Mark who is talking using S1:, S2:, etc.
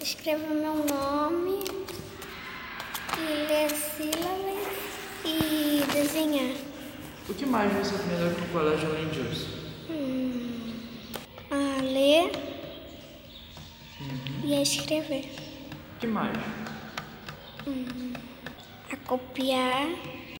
S1: escrevo o meu nome e ler sílabas e desenhar.
S2: O que mais você aprendeu com o Colégio além disso?
S1: Hum, a ler e a escrever.
S2: O que mais?
S1: A copiar